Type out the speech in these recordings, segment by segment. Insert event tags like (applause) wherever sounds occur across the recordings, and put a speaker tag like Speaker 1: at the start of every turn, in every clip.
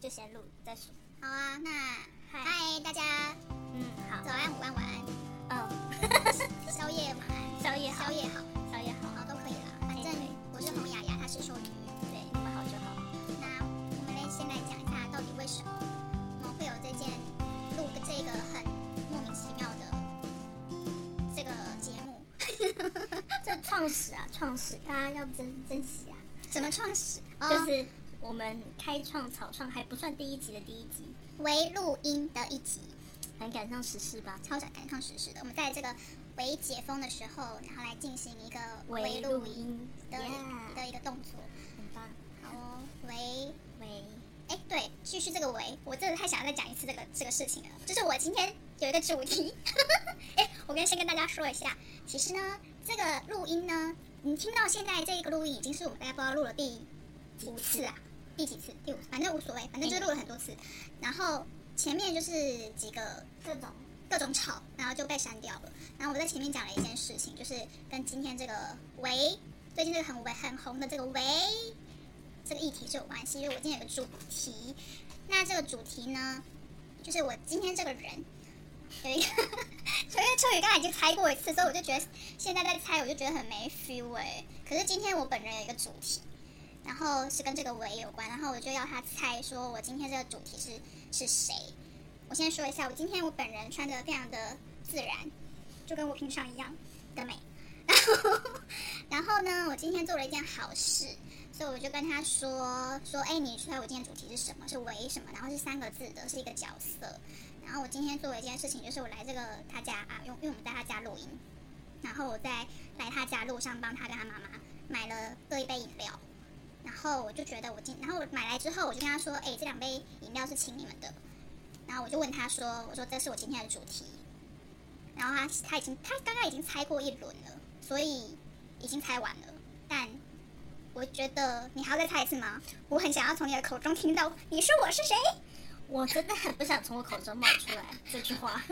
Speaker 1: 就先录再说。
Speaker 2: 好啊，那
Speaker 1: 嗨
Speaker 2: 嗨大家，
Speaker 1: 嗯，好
Speaker 2: 早，安、午安、晚安， (laughs)
Speaker 1: 嗯，
Speaker 2: 宵夜晚安，
Speaker 1: 宵夜好，
Speaker 2: 宵夜好，
Speaker 1: 宵夜好，
Speaker 2: 好都可以啦。反正我是洪雅雅，她是瘦女。
Speaker 1: 对，你们好就好。 (laughs)
Speaker 2: 那我们来先来讲一下，到底为什么我们会有这件录的这个很莫名其妙的这个节目？
Speaker 1: 这创始啊，创始大家要珍珍惜啊，
Speaker 2: 怎么创始？
Speaker 1: 就
Speaker 2: 哦
Speaker 1: 是我们开创草创还不算第一集的第一集，
Speaker 2: 为录音的一集，
Speaker 1: 很赶上时事吧？
Speaker 2: 超展开创实时的。我们在这个为解封的时候，然后来进行一个
Speaker 1: 为录
Speaker 2: 录音
Speaker 1: 音，
Speaker 2: 的
Speaker 1: 耶，
Speaker 2: 的一个动作。
Speaker 1: 很棒。
Speaker 2: 好哦，为
Speaker 1: 喂，
Speaker 2: 哎，对，继续这个围，我真的太想要再讲一次这个这个事情了。就是我今天有一个主题， (laughs) 哎，我跟先跟大家说一下，其实呢，这个录音呢，你听到现在这个录音已经是我们大家不知道录了第五次啊，第几次？第五，反正无所谓，反正
Speaker 1: 哎
Speaker 2: 就是录了很多次。然后前面就是几个
Speaker 1: 各种
Speaker 2: 各种吵，然后就被删掉了。然后我在前面讲了一件事情，就是跟今天这个喂，最近这个很为很红的这个喂这个议题是有关系，因为我今天有个主题。那这个主题呢，就是我今天这个人有一个，因为秋雨刚才已经猜过一次，所以我就觉得现在在猜，我就觉得很没 feel 哎、可是今天我本人有一个主题，然后是跟这个围有关，然后我就要他猜说我今天这个主题是是谁。我先说一下，我今天我本人穿的非常的自然，就跟我平常一样的美。 (laughs) 然后，然后呢，我今天做了一件好事，所以我就跟他说说，哎，你出来，我今天主题是什么？是为什么？然后是三个字的，是一个角色。然后我今天做了一件事情，就是我来这个他家啊，因为因为我们在他家录音，然后我在来他家路上帮他跟他妈妈买了各一杯饮料。然后我就觉得我今，然后我买来之后，我就跟他说，哎，这两杯饮料是请你们的。然后我就问他说：“我说这是我今天的主题。”然后他他已经他刚刚已经猜过一轮了，所以已经猜完了。但我觉得你还要再猜一次吗？我很想要从你的口中听到你说我是谁。 (laughs)
Speaker 1: 我真的很不想从我口中冒出来这句话。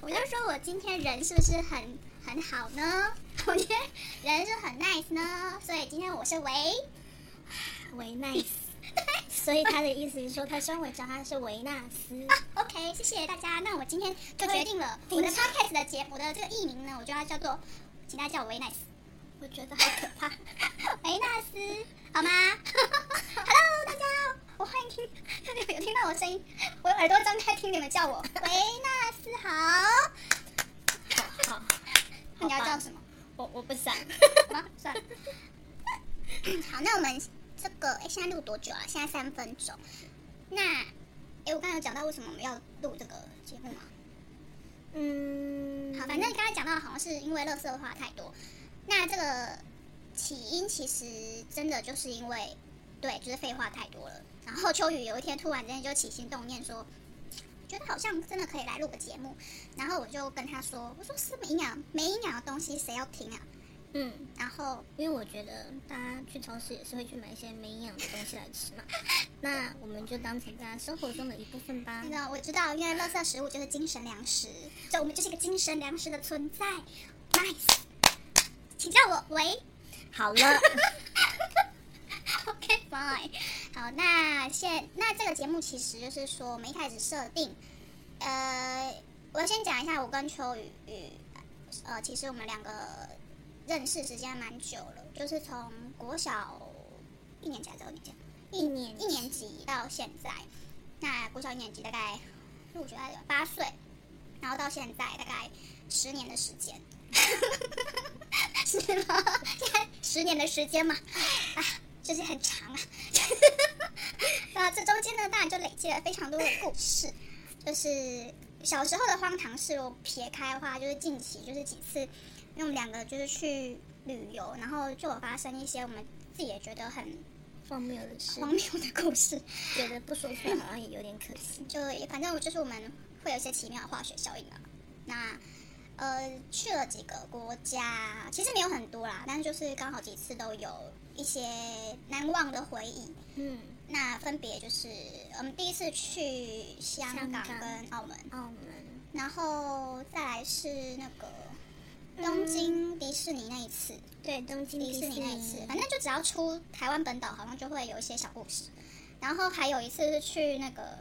Speaker 2: 我就说我今天人是不是很很好呢？我今天人是很 nice 呢，所以今天我是维。
Speaker 1: 维奈斯，所以他的意思是说，他身为叫他是维纳斯。
Speaker 2: (laughs) 啊，OK，谢谢大家。那我今天就决定了，我的 podcast 的节我的这个艺名呢，我就要叫做，请大家叫我维 nice。
Speaker 1: 我觉得好可怕。
Speaker 2: (laughs) 维纳斯，好吗 (laughs) ？Hello，大家好，我欢迎听，有听到我声音，我耳朵张开听你们叫我维纳斯好。
Speaker 1: 好，好
Speaker 2: 你
Speaker 1: 好
Speaker 2: 要
Speaker 1: 吧
Speaker 2: 叫什么？
Speaker 1: 我我不
Speaker 2: (laughs)
Speaker 1: 想。 (laughs)
Speaker 2: 好吧，算了。好，那我们这个哎，现在录多久啊？现在三分钟。那哎，我刚才有讲到为什么我们要录这个节目吗？
Speaker 1: 嗯，
Speaker 2: 好，反正你刚才讲到，好像是因为垃圾话太多。那这个起因其实真的就是因为，对，就是废话太多了。然后秋雨有一天突然之间就起心动念说，觉得好像真的可以来录个节目。然后我就跟他说，我说什么营养没营养的东西谁要听啊？
Speaker 1: 嗯，
Speaker 2: 然后
Speaker 1: 因为我觉得大家去超市也是会去买一些没营养的东西来 (laughs) 吃嘛，那我们就当成大家生活中的一部分吧
Speaker 2: 嗯那。个我知道，因为垃圾食物就是精神粮食，就我们就是一个精神粮食的存在。Nice，请叫我喂。
Speaker 1: (laughs) 好
Speaker 2: (laughs)
Speaker 1: 了，
Speaker 2: OK fine，好，那现那这个节目其实就是说，我们一开始设定，呃，我先讲一下我跟秋雨，呃，其实我们两个认识时间蛮久了，就是从国小一年级还是二年级，
Speaker 1: 一年
Speaker 2: 一年级到现在，那国小一年级大概，我觉得有八岁，然后到现在大概十年的时间， (laughs) 是吗？现在十年的时间嘛，啊，就是很长啊。 (laughs) 那这中间呢，当然就累积了非常多的故事，就是小时候的荒唐事，如果撇开的话，就是近期就是几次，因为我们两个就是去旅游，然后就有发生一些我们自己也觉得很
Speaker 1: 荒谬的事，
Speaker 2: 荒谬的故事。
Speaker 1: 觉得不说出来好像也有点可惜。
Speaker 2: 就也反正就是我们会有一些奇妙的化学效应啊。那呃去了几个国家，其实没有很多啦，但是就是刚好几次都有一些难忘的回忆。
Speaker 1: 嗯，
Speaker 2: 那分别就是我们第一次去香港
Speaker 1: 香港
Speaker 2: 跟澳门，
Speaker 1: 澳门，
Speaker 2: 然后再来是那个东京迪士尼那一次，
Speaker 1: 对，东京
Speaker 2: 迪
Speaker 1: 迪
Speaker 2: 士
Speaker 1: 士尼
Speaker 2: 尼那一次，反正就只要出台湾本岛，好像就会有一些小故事。然后还有一次是去那个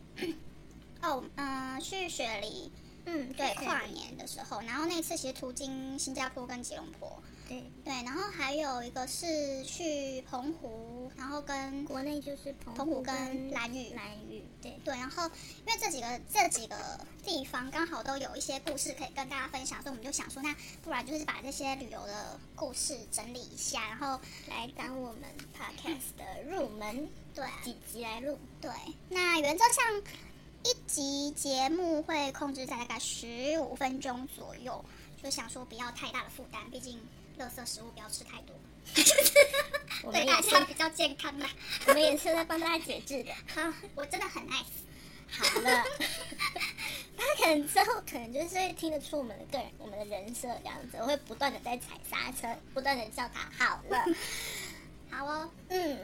Speaker 2: 哦，嗯、去雪梨，
Speaker 1: 嗯，
Speaker 2: 对，
Speaker 1: 确实
Speaker 2: 跨年的时候，然后那次其实途经新加坡跟吉隆坡，
Speaker 1: 对，
Speaker 2: 对，然后还有一个是去澎湖，然后跟
Speaker 1: 国内就是澎
Speaker 2: 澎湖跟
Speaker 1: 蓝
Speaker 2: 蓝屿，
Speaker 1: 蓝屿，对，
Speaker 2: 对，然后因为这几个这几个地方刚好都有一些故事可以跟大家分享，所以我们就想说，那不然就是把这些旅游的故事整理一下，然后
Speaker 1: 来当我们 podcast 的入门
Speaker 2: 对
Speaker 1: 几集来录，
Speaker 2: 对，那原则上一集节目会控制在大概十五分钟左右，就想说不要太大的负担，毕竟垃圾食物不要吃太多，
Speaker 1: (laughs) 我们
Speaker 2: 对
Speaker 1: 也
Speaker 2: 大
Speaker 1: 是
Speaker 2: 家比较健康啦。
Speaker 1: 我们也是在帮大家解制的。
Speaker 2: (laughs) 好，我真的很 nice，
Speaker 1: 好了，他可能之后可能就是会听得出我们的个人、我们的人设这样子，我会不断的在踩刹车，不断的叫他好了。
Speaker 2: (laughs) 好哦
Speaker 1: 嗯，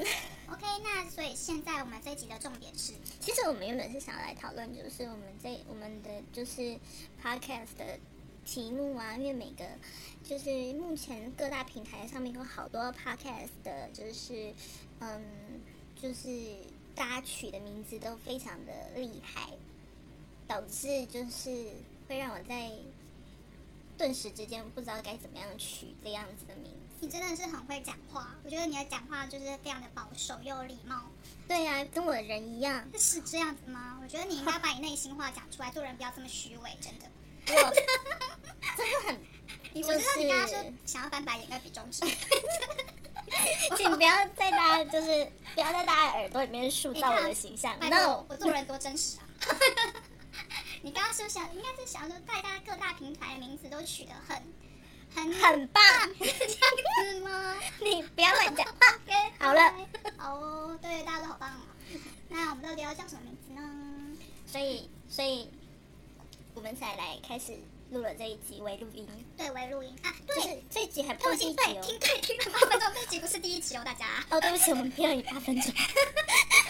Speaker 2: ，OK，那所以现在我们这一集的重点是，
Speaker 1: 其实我们原本是想要来讨论，就是我们这我们的就是 podcast 的题目啊，因为每个就是目前各大平台上面有好多 podcast 的，就是嗯，就是大家取的名字都非常的厉害，导致就是会让我在顿时之间不知道该怎么样取这样子的名字。
Speaker 2: 你真的是很会讲话，我觉得你的讲话就是非常的保守又有礼貌，
Speaker 1: 对呀、啊，跟我的人一样，
Speaker 2: 是这样子吗？我觉得你应该把你内心话讲出来，做人不要这么虚伪，真的。
Speaker 1: 我真的很
Speaker 2: 我知 (laughs) 道你刚刚
Speaker 1: 就
Speaker 2: 说想要翻白眼跟比中
Speaker 1: (laughs)
Speaker 2: 指，
Speaker 1: 请不要在大家就是不要在大家耳朵里面塑造我的形象。
Speaker 2: 拜托
Speaker 1: No，
Speaker 2: 我做人多真实啊！ (laughs) 你刚刚是不是想应该是想说大家各大平台的名字都取得很很
Speaker 1: 很棒，
Speaker 2: 这样子吗
Speaker 1: 你不要
Speaker 2: (laughs)
Speaker 1: 乱讲话。
Speaker 2: ？OK，
Speaker 1: (laughs) 好了，
Speaker 2: 好哦，对，大家都好棒哦。那我们到底要叫什么名字呢？
Speaker 1: 所以，所以我们才来开始录了这一集为录音，
Speaker 2: 对，为录音啊，
Speaker 1: 就
Speaker 2: 对，
Speaker 1: 是这一集还不
Speaker 2: 他
Speaker 1: 够
Speaker 2: 们
Speaker 1: 第
Speaker 2: 已
Speaker 1: 一
Speaker 2: 经
Speaker 1: 集
Speaker 2: 对
Speaker 1: 哦。
Speaker 2: 听对听了八分钟，这集不是第一集哦，大家。
Speaker 1: 哦， (laughs) 对不起，我们编了八分
Speaker 2: (laughs)
Speaker 1: 钟。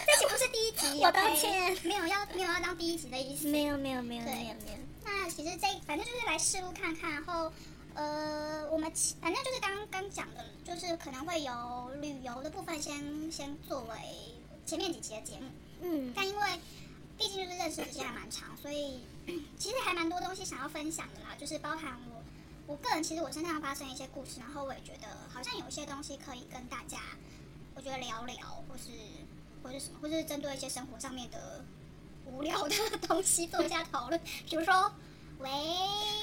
Speaker 2: 这集不是第一 (laughs) 集，
Speaker 1: 我
Speaker 2: OK？
Speaker 1: 道歉，
Speaker 2: 没有要没有要当第一集的意思。
Speaker 1: 没有，没有，没有，
Speaker 2: 对
Speaker 1: 没有，没有。
Speaker 2: 那其实这反正就是来试录看看，然后呃，我们其反正就是刚刚讲的，就是可能会有旅游的部分先先作为前面几期的节目，
Speaker 1: 嗯，
Speaker 2: 但因为毕竟就是认识时间还蛮长，所以其实还蛮多东西想要分享的啦，就是包含我我个人其实我身上发生一些故事，然后我也觉得好像有一些东西可以跟大家，我觉得聊聊，或是或是什么，或是针对一些生活上面的无聊的东西做一下讨论，比如说喂，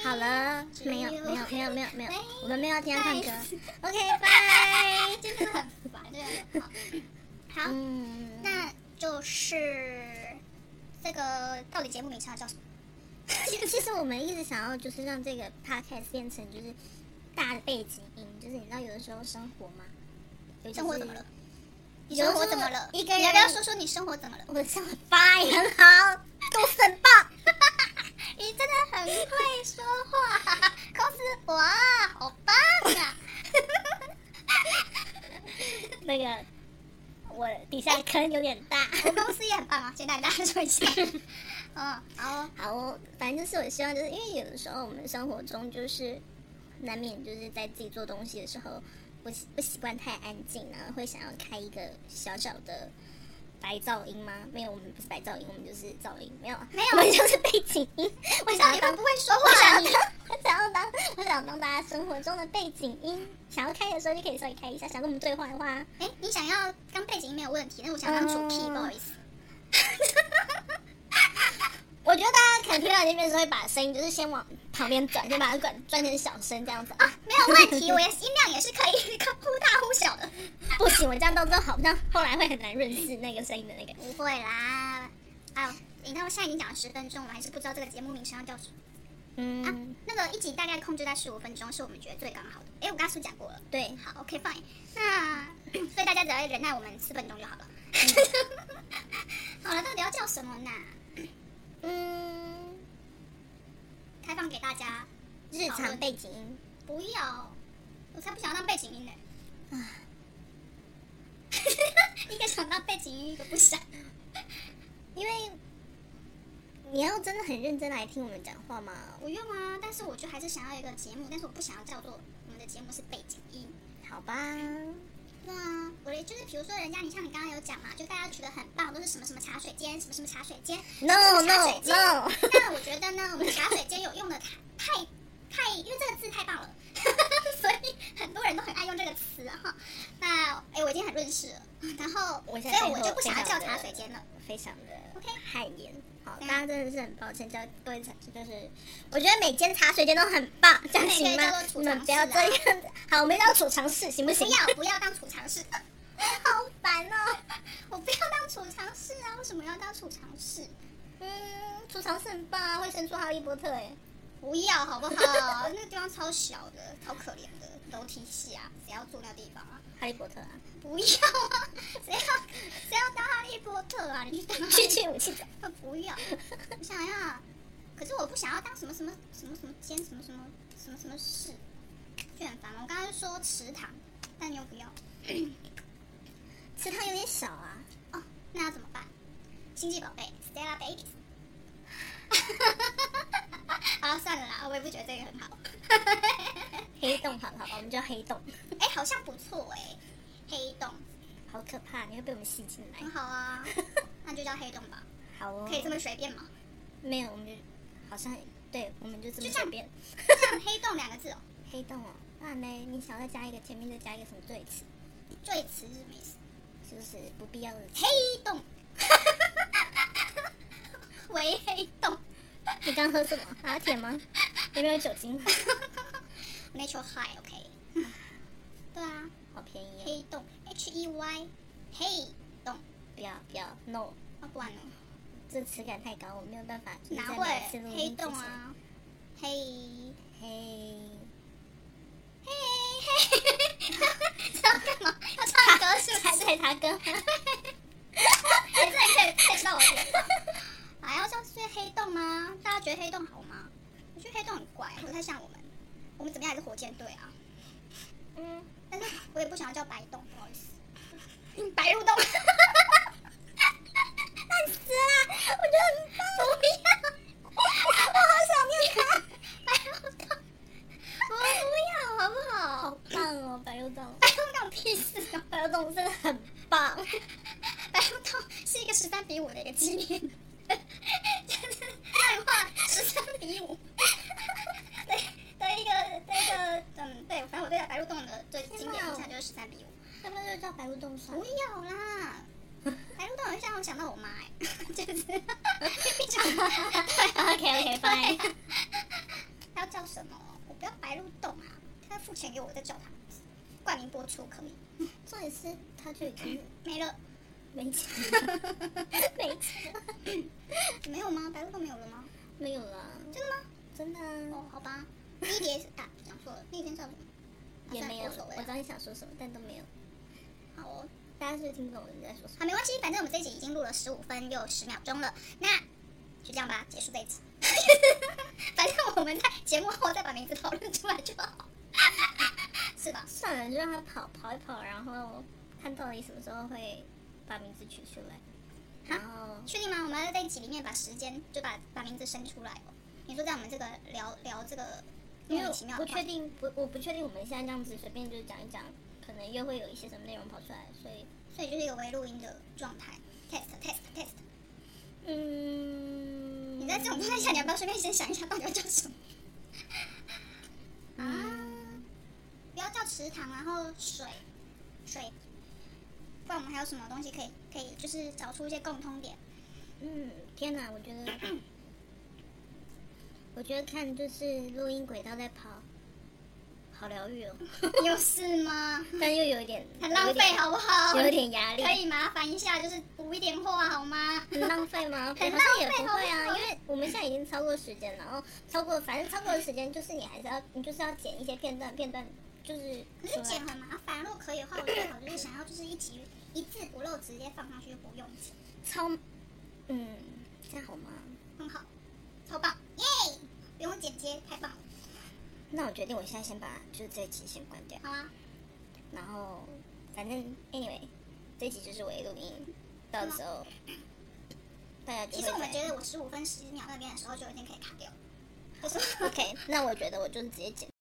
Speaker 1: 好了，
Speaker 2: 只有
Speaker 1: 没有，没有，没有，没有，没有
Speaker 2: 喂，
Speaker 1: 我们没有要听他唱歌。OK，
Speaker 2: 拜，真的很烦，真的很好。好，
Speaker 1: 嗯，
Speaker 2: 那就是这个到底节目名称要叫什么？
Speaker 1: (laughs) 其实我们一直想要就是让这个 podcast 变成就是大的背景音，就是你知道有的时候生活嘛，尤其是
Speaker 2: 生活怎么了？你
Speaker 1: 有
Speaker 2: 生
Speaker 1: 的时
Speaker 2: 活
Speaker 1: 候
Speaker 2: 怎么了？
Speaker 1: 一个人
Speaker 2: 你要不要说说你生活怎么了？
Speaker 1: 我的想法也很好，都很棒。
Speaker 2: 你真的很会说话，公司哇，好棒 (laughs) 啊！
Speaker 1: 那个我底下坑有点大。
Speaker 2: 我公司也很棒啊，先带大家说一下。嗯， (laughs) 好哦，
Speaker 1: 好哦，反正就是我希望，就是因为有的时候我们生活中就是难免就是在自己做东西的时候不习不习惯太安静，然后会想要开一个小小的白噪音吗？没有，我们不是白噪音，我们就是噪音，没有，
Speaker 2: 没有
Speaker 1: 我们就是背景音。 (laughs) 我
Speaker 2: 我
Speaker 1: 想
Speaker 2: 想
Speaker 1: 要
Speaker 2: 你
Speaker 1: 当
Speaker 2: 们不会说
Speaker 1: 我
Speaker 2: 话
Speaker 1: 想，当，我想要当，我想当大家生活中的背景音。想要开的时候就可以稍微开一下，想跟我们对话的话，
Speaker 2: 哎，你想要当背景音没有问 (laughs) 题，但是我想当主 key，
Speaker 1: 嗯
Speaker 2: 不好意思。
Speaker 1: (laughs) 我觉得大家可能听到那边的时候会把声音就是先往旁边转，先把它转转成小声这样子啊，
Speaker 2: 没有问题，我也是音量也是可以 (laughs) 忽大忽小的。
Speaker 1: (laughs) 不行，我这样到最后好像后来会很难认识那个声音的那个。
Speaker 2: 不会啦，哎呦，你看我现在已经讲了十分钟，我们还是不知道这个节目名称要叫什么。啊
Speaker 1: 嗯，，
Speaker 2: 那个一集大概控制在十五分钟，是我们觉得最刚好的。哎，我刚刚是不是讲过了？
Speaker 1: 对，
Speaker 2: 好，OK fine。那 (coughs) 所以大家只要忍耐我们四分钟就好了。 (laughs) 好了，到底要叫什么呢？
Speaker 1: 嗯，
Speaker 2: 开放给大家，
Speaker 1: 日常背景音，
Speaker 2: 不要，我才不想要当背景音呢。 (laughs) 一个想当背景音，一个不想。
Speaker 1: 因为你要真的很认真来听我们讲话嘛。
Speaker 2: 我用啊，但是我就还是想要一个节目，但是我不想要叫做我们的节目是背景音。
Speaker 1: 好吧，
Speaker 2: 对啊，我的就是比如说人家，你像你刚刚有讲嘛，就大家觉得很棒，都是什么什么茶水间，什么什么茶水间。
Speaker 1: No
Speaker 2: 茶
Speaker 1: no
Speaker 2: 水间
Speaker 1: no，
Speaker 2: 但我觉得呢，我们茶水间有用的太太太，因为这个字太棒了，所以很多人都很爱用这个词哈。那哎、我已经很认识了，然后
Speaker 1: 我
Speaker 2: 所
Speaker 1: 现
Speaker 2: 以
Speaker 1: 在
Speaker 2: 我就不想要叫
Speaker 1: 背后
Speaker 2: 茶水间了。
Speaker 1: 非常的
Speaker 2: OK
Speaker 1: 汗颜。好，
Speaker 2: 嗯
Speaker 1: 大家真的是很抱歉，叫各位茶就是，我觉得每间茶水间都很棒，这样
Speaker 2: 对可以
Speaker 1: 行吗
Speaker 2: 叫做？储
Speaker 1: 你们
Speaker 2: 藏
Speaker 1: 不要
Speaker 2: 室
Speaker 1: 这
Speaker 2: 啊
Speaker 1: 样子。好，我们叫储藏室，行不
Speaker 2: 不
Speaker 1: 行？
Speaker 2: 要不要当储藏室，好烦哦！我不要当储藏室啊，为什么要当储藏室？
Speaker 1: 嗯，储藏室很棒啊，会生出哈利波特
Speaker 2: 欸
Speaker 1: 哎。
Speaker 2: 不要好不好？那个地方超小的，超可怜的，楼梯下，谁要住那地方啊？
Speaker 1: 哈利波特啊，
Speaker 2: 不要啊！谁要谁要当哈利波特啊？你去当哈利
Speaker 1: 去去武
Speaker 2: (laughs)
Speaker 1: 器
Speaker 2: 不要，我想要，可是我不想要当什么什么什么什么监什么什么什么什么事，就很烦。我刚刚说池塘，但你又不要，
Speaker 1: 池塘有点小啊。
Speaker 2: 哦，那要怎么办？星际宝贝，Stella Baby。好了，算了啦，我也不觉得这个很好。
Speaker 1: (laughs) 黑洞好了，好吧，我们叫黑洞，
Speaker 2: 哎、好像不错哎、黑洞
Speaker 1: 好可怕，你会被我们吸进来。
Speaker 2: 很好啊，那就叫黑洞吧，
Speaker 1: 好哦，
Speaker 2: 可以这么随便吗？
Speaker 1: 没有，我们就好像对，我们就这么
Speaker 2: 就这样
Speaker 1: 随便。
Speaker 2: 这样黑洞两个字哦，
Speaker 1: 黑洞哦，那呢？你想要再加一个前面再加一个什么对词？
Speaker 2: 最词是什么意思？
Speaker 1: 就是不必要的词。
Speaker 2: 黑洞，为黑洞，
Speaker 1: 你刚喝什么？拿铁吗？有没有酒精？
Speaker 2: natural high OK，对啊，
Speaker 1: 好便宜哦，
Speaker 2: 黑洞 H E Y，黑洞，
Speaker 1: 不要不要，no，
Speaker 2: 啊不然呢？
Speaker 1: 这词感太高，我没有办法。就是
Speaker 2: 哪
Speaker 1: 在
Speaker 2: 会
Speaker 1: 每次录音
Speaker 2: 黑
Speaker 1: 之
Speaker 2: 洞
Speaker 1: 前？
Speaker 2: 啊？黑
Speaker 1: 黑，
Speaker 2: 嘿嘿，这要干嘛？要唱歌是不
Speaker 1: 他
Speaker 2: 是？
Speaker 1: 对他哥，
Speaker 2: 这里可以可以到我脸上。还要像是黑洞吗？大家觉得黑洞好吗？我觉得黑洞很怪，不太像我们。我们怎么样也是火箭队啊。
Speaker 1: 嗯，
Speaker 2: 但是我也不想要叫白洞，不好意思，嗯白入洞， (laughs) 烂死啦！我觉得很棒，不要，我好想念它，白入洞，我不要，好不好？
Speaker 1: 棒哦，白肉洞，
Speaker 2: 白入洞屁事啊！
Speaker 1: 白肉洞真的很棒。
Speaker 2: 白鹿洞是一个十三比五的一个纪念，就是漫画十三比五的的一个的一个嗯，对，反正我对白鹿洞的最经典印象就是十三比五。
Speaker 1: 要不然就叫白鹿洞算
Speaker 2: 不
Speaker 1: 了。
Speaker 2: 要啦，白鹿洞好像我想到我妈哎、 (laughs) 就是比较
Speaker 1: OK OK，拜。
Speaker 2: (laughs) 要叫什么？我不要白鹿洞啊，他付钱给我我再叫他，冠名播出可以，
Speaker 1: 重点是他就已经
Speaker 2: 没了， (laughs)
Speaker 1: 没钱，没钱，
Speaker 2: 没有吗？白鹿洞没有了吗？
Speaker 1: 没有了，
Speaker 2: 真的吗？
Speaker 1: 真的啊
Speaker 2: 哦，好吧，第一节是啊，讲错了，那一天叫什么？啊
Speaker 1: 也
Speaker 2: 算了
Speaker 1: 没有。
Speaker 2: 无所谓
Speaker 1: 我
Speaker 2: 了
Speaker 1: 知。道你想说什么，但都没有。
Speaker 2: 好哦，
Speaker 1: 大家是不是听不懂我们在说什么？
Speaker 2: 好，没关系，反正我们这一集已经录了十五分又十秒钟了，那就这样吧，结束这一集。 (laughs) 反正我们在节目后再把名字讨论出来就好， (laughs) 是吧？
Speaker 1: 算了，就让他跑跑一跑，然后看到底什么时候会把名字取出来。然后
Speaker 2: 确定吗？我们要在这一集里面把时间就把把名字生出来哦。你说在我们这个聊聊这个莫
Speaker 1: 因为
Speaker 2: 名
Speaker 1: 我
Speaker 2: 其妙
Speaker 1: 不
Speaker 2: 的话
Speaker 1: 确
Speaker 2: 题，
Speaker 1: 定，不我不确定我们现在这样子随便就讲一讲，可能又会有一些什么内容跑出来，所以
Speaker 2: 所以就是一个微录音的状态，test test test。
Speaker 1: 嗯，
Speaker 2: 你在这种状态下，你要不要顺便先想一下到底要叫什么？啊，不要叫池塘，然后水，水，不然我们还有什么东西可以可以就是找出一些共通点？
Speaker 1: 嗯，天哪，我觉得，
Speaker 2: (coughs)
Speaker 1: 我觉得看就是录音轨道在跑，好疗愈
Speaker 2: (laughs)
Speaker 1: 哦，
Speaker 2: 有事吗？
Speaker 1: 但又有一点
Speaker 2: 很浪费，好不好？
Speaker 1: 有一点有一点嗯压力
Speaker 2: 可，以麻烦一下，就是补一点货好吗？
Speaker 1: 很浪费吗？
Speaker 2: 很
Speaker 1: 好
Speaker 2: 浪
Speaker 1: 像
Speaker 2: 费
Speaker 1: 也不会
Speaker 2: 好不
Speaker 1: 啊，
Speaker 2: 好
Speaker 1: 因为我们现在已经超过时间了，然后超过反正超过的时间就是你还是要你就是要剪一些片段片段，就是
Speaker 2: 可
Speaker 1: 出
Speaker 2: 是
Speaker 1: 来
Speaker 2: 剪很麻烦，如果可以的话，我最好就是想要就是一集一字不漏直接放上去就不用剪，
Speaker 1: 超，嗯，这样好吗？
Speaker 2: 很好，超棒，耶！不用剪接，太棒了，
Speaker 1: 那我决定我现在先把就是这一集先关掉，
Speaker 2: 好啊，
Speaker 1: 然后反正 anyway，这一集就是我的录音，到时候大家就
Speaker 2: 其
Speaker 1: 会
Speaker 2: 实我们
Speaker 1: 在
Speaker 2: 觉得我十五分十秒那边的时候就已经可以卡掉了，可是
Speaker 1: OK，那我觉得我就是直接剪。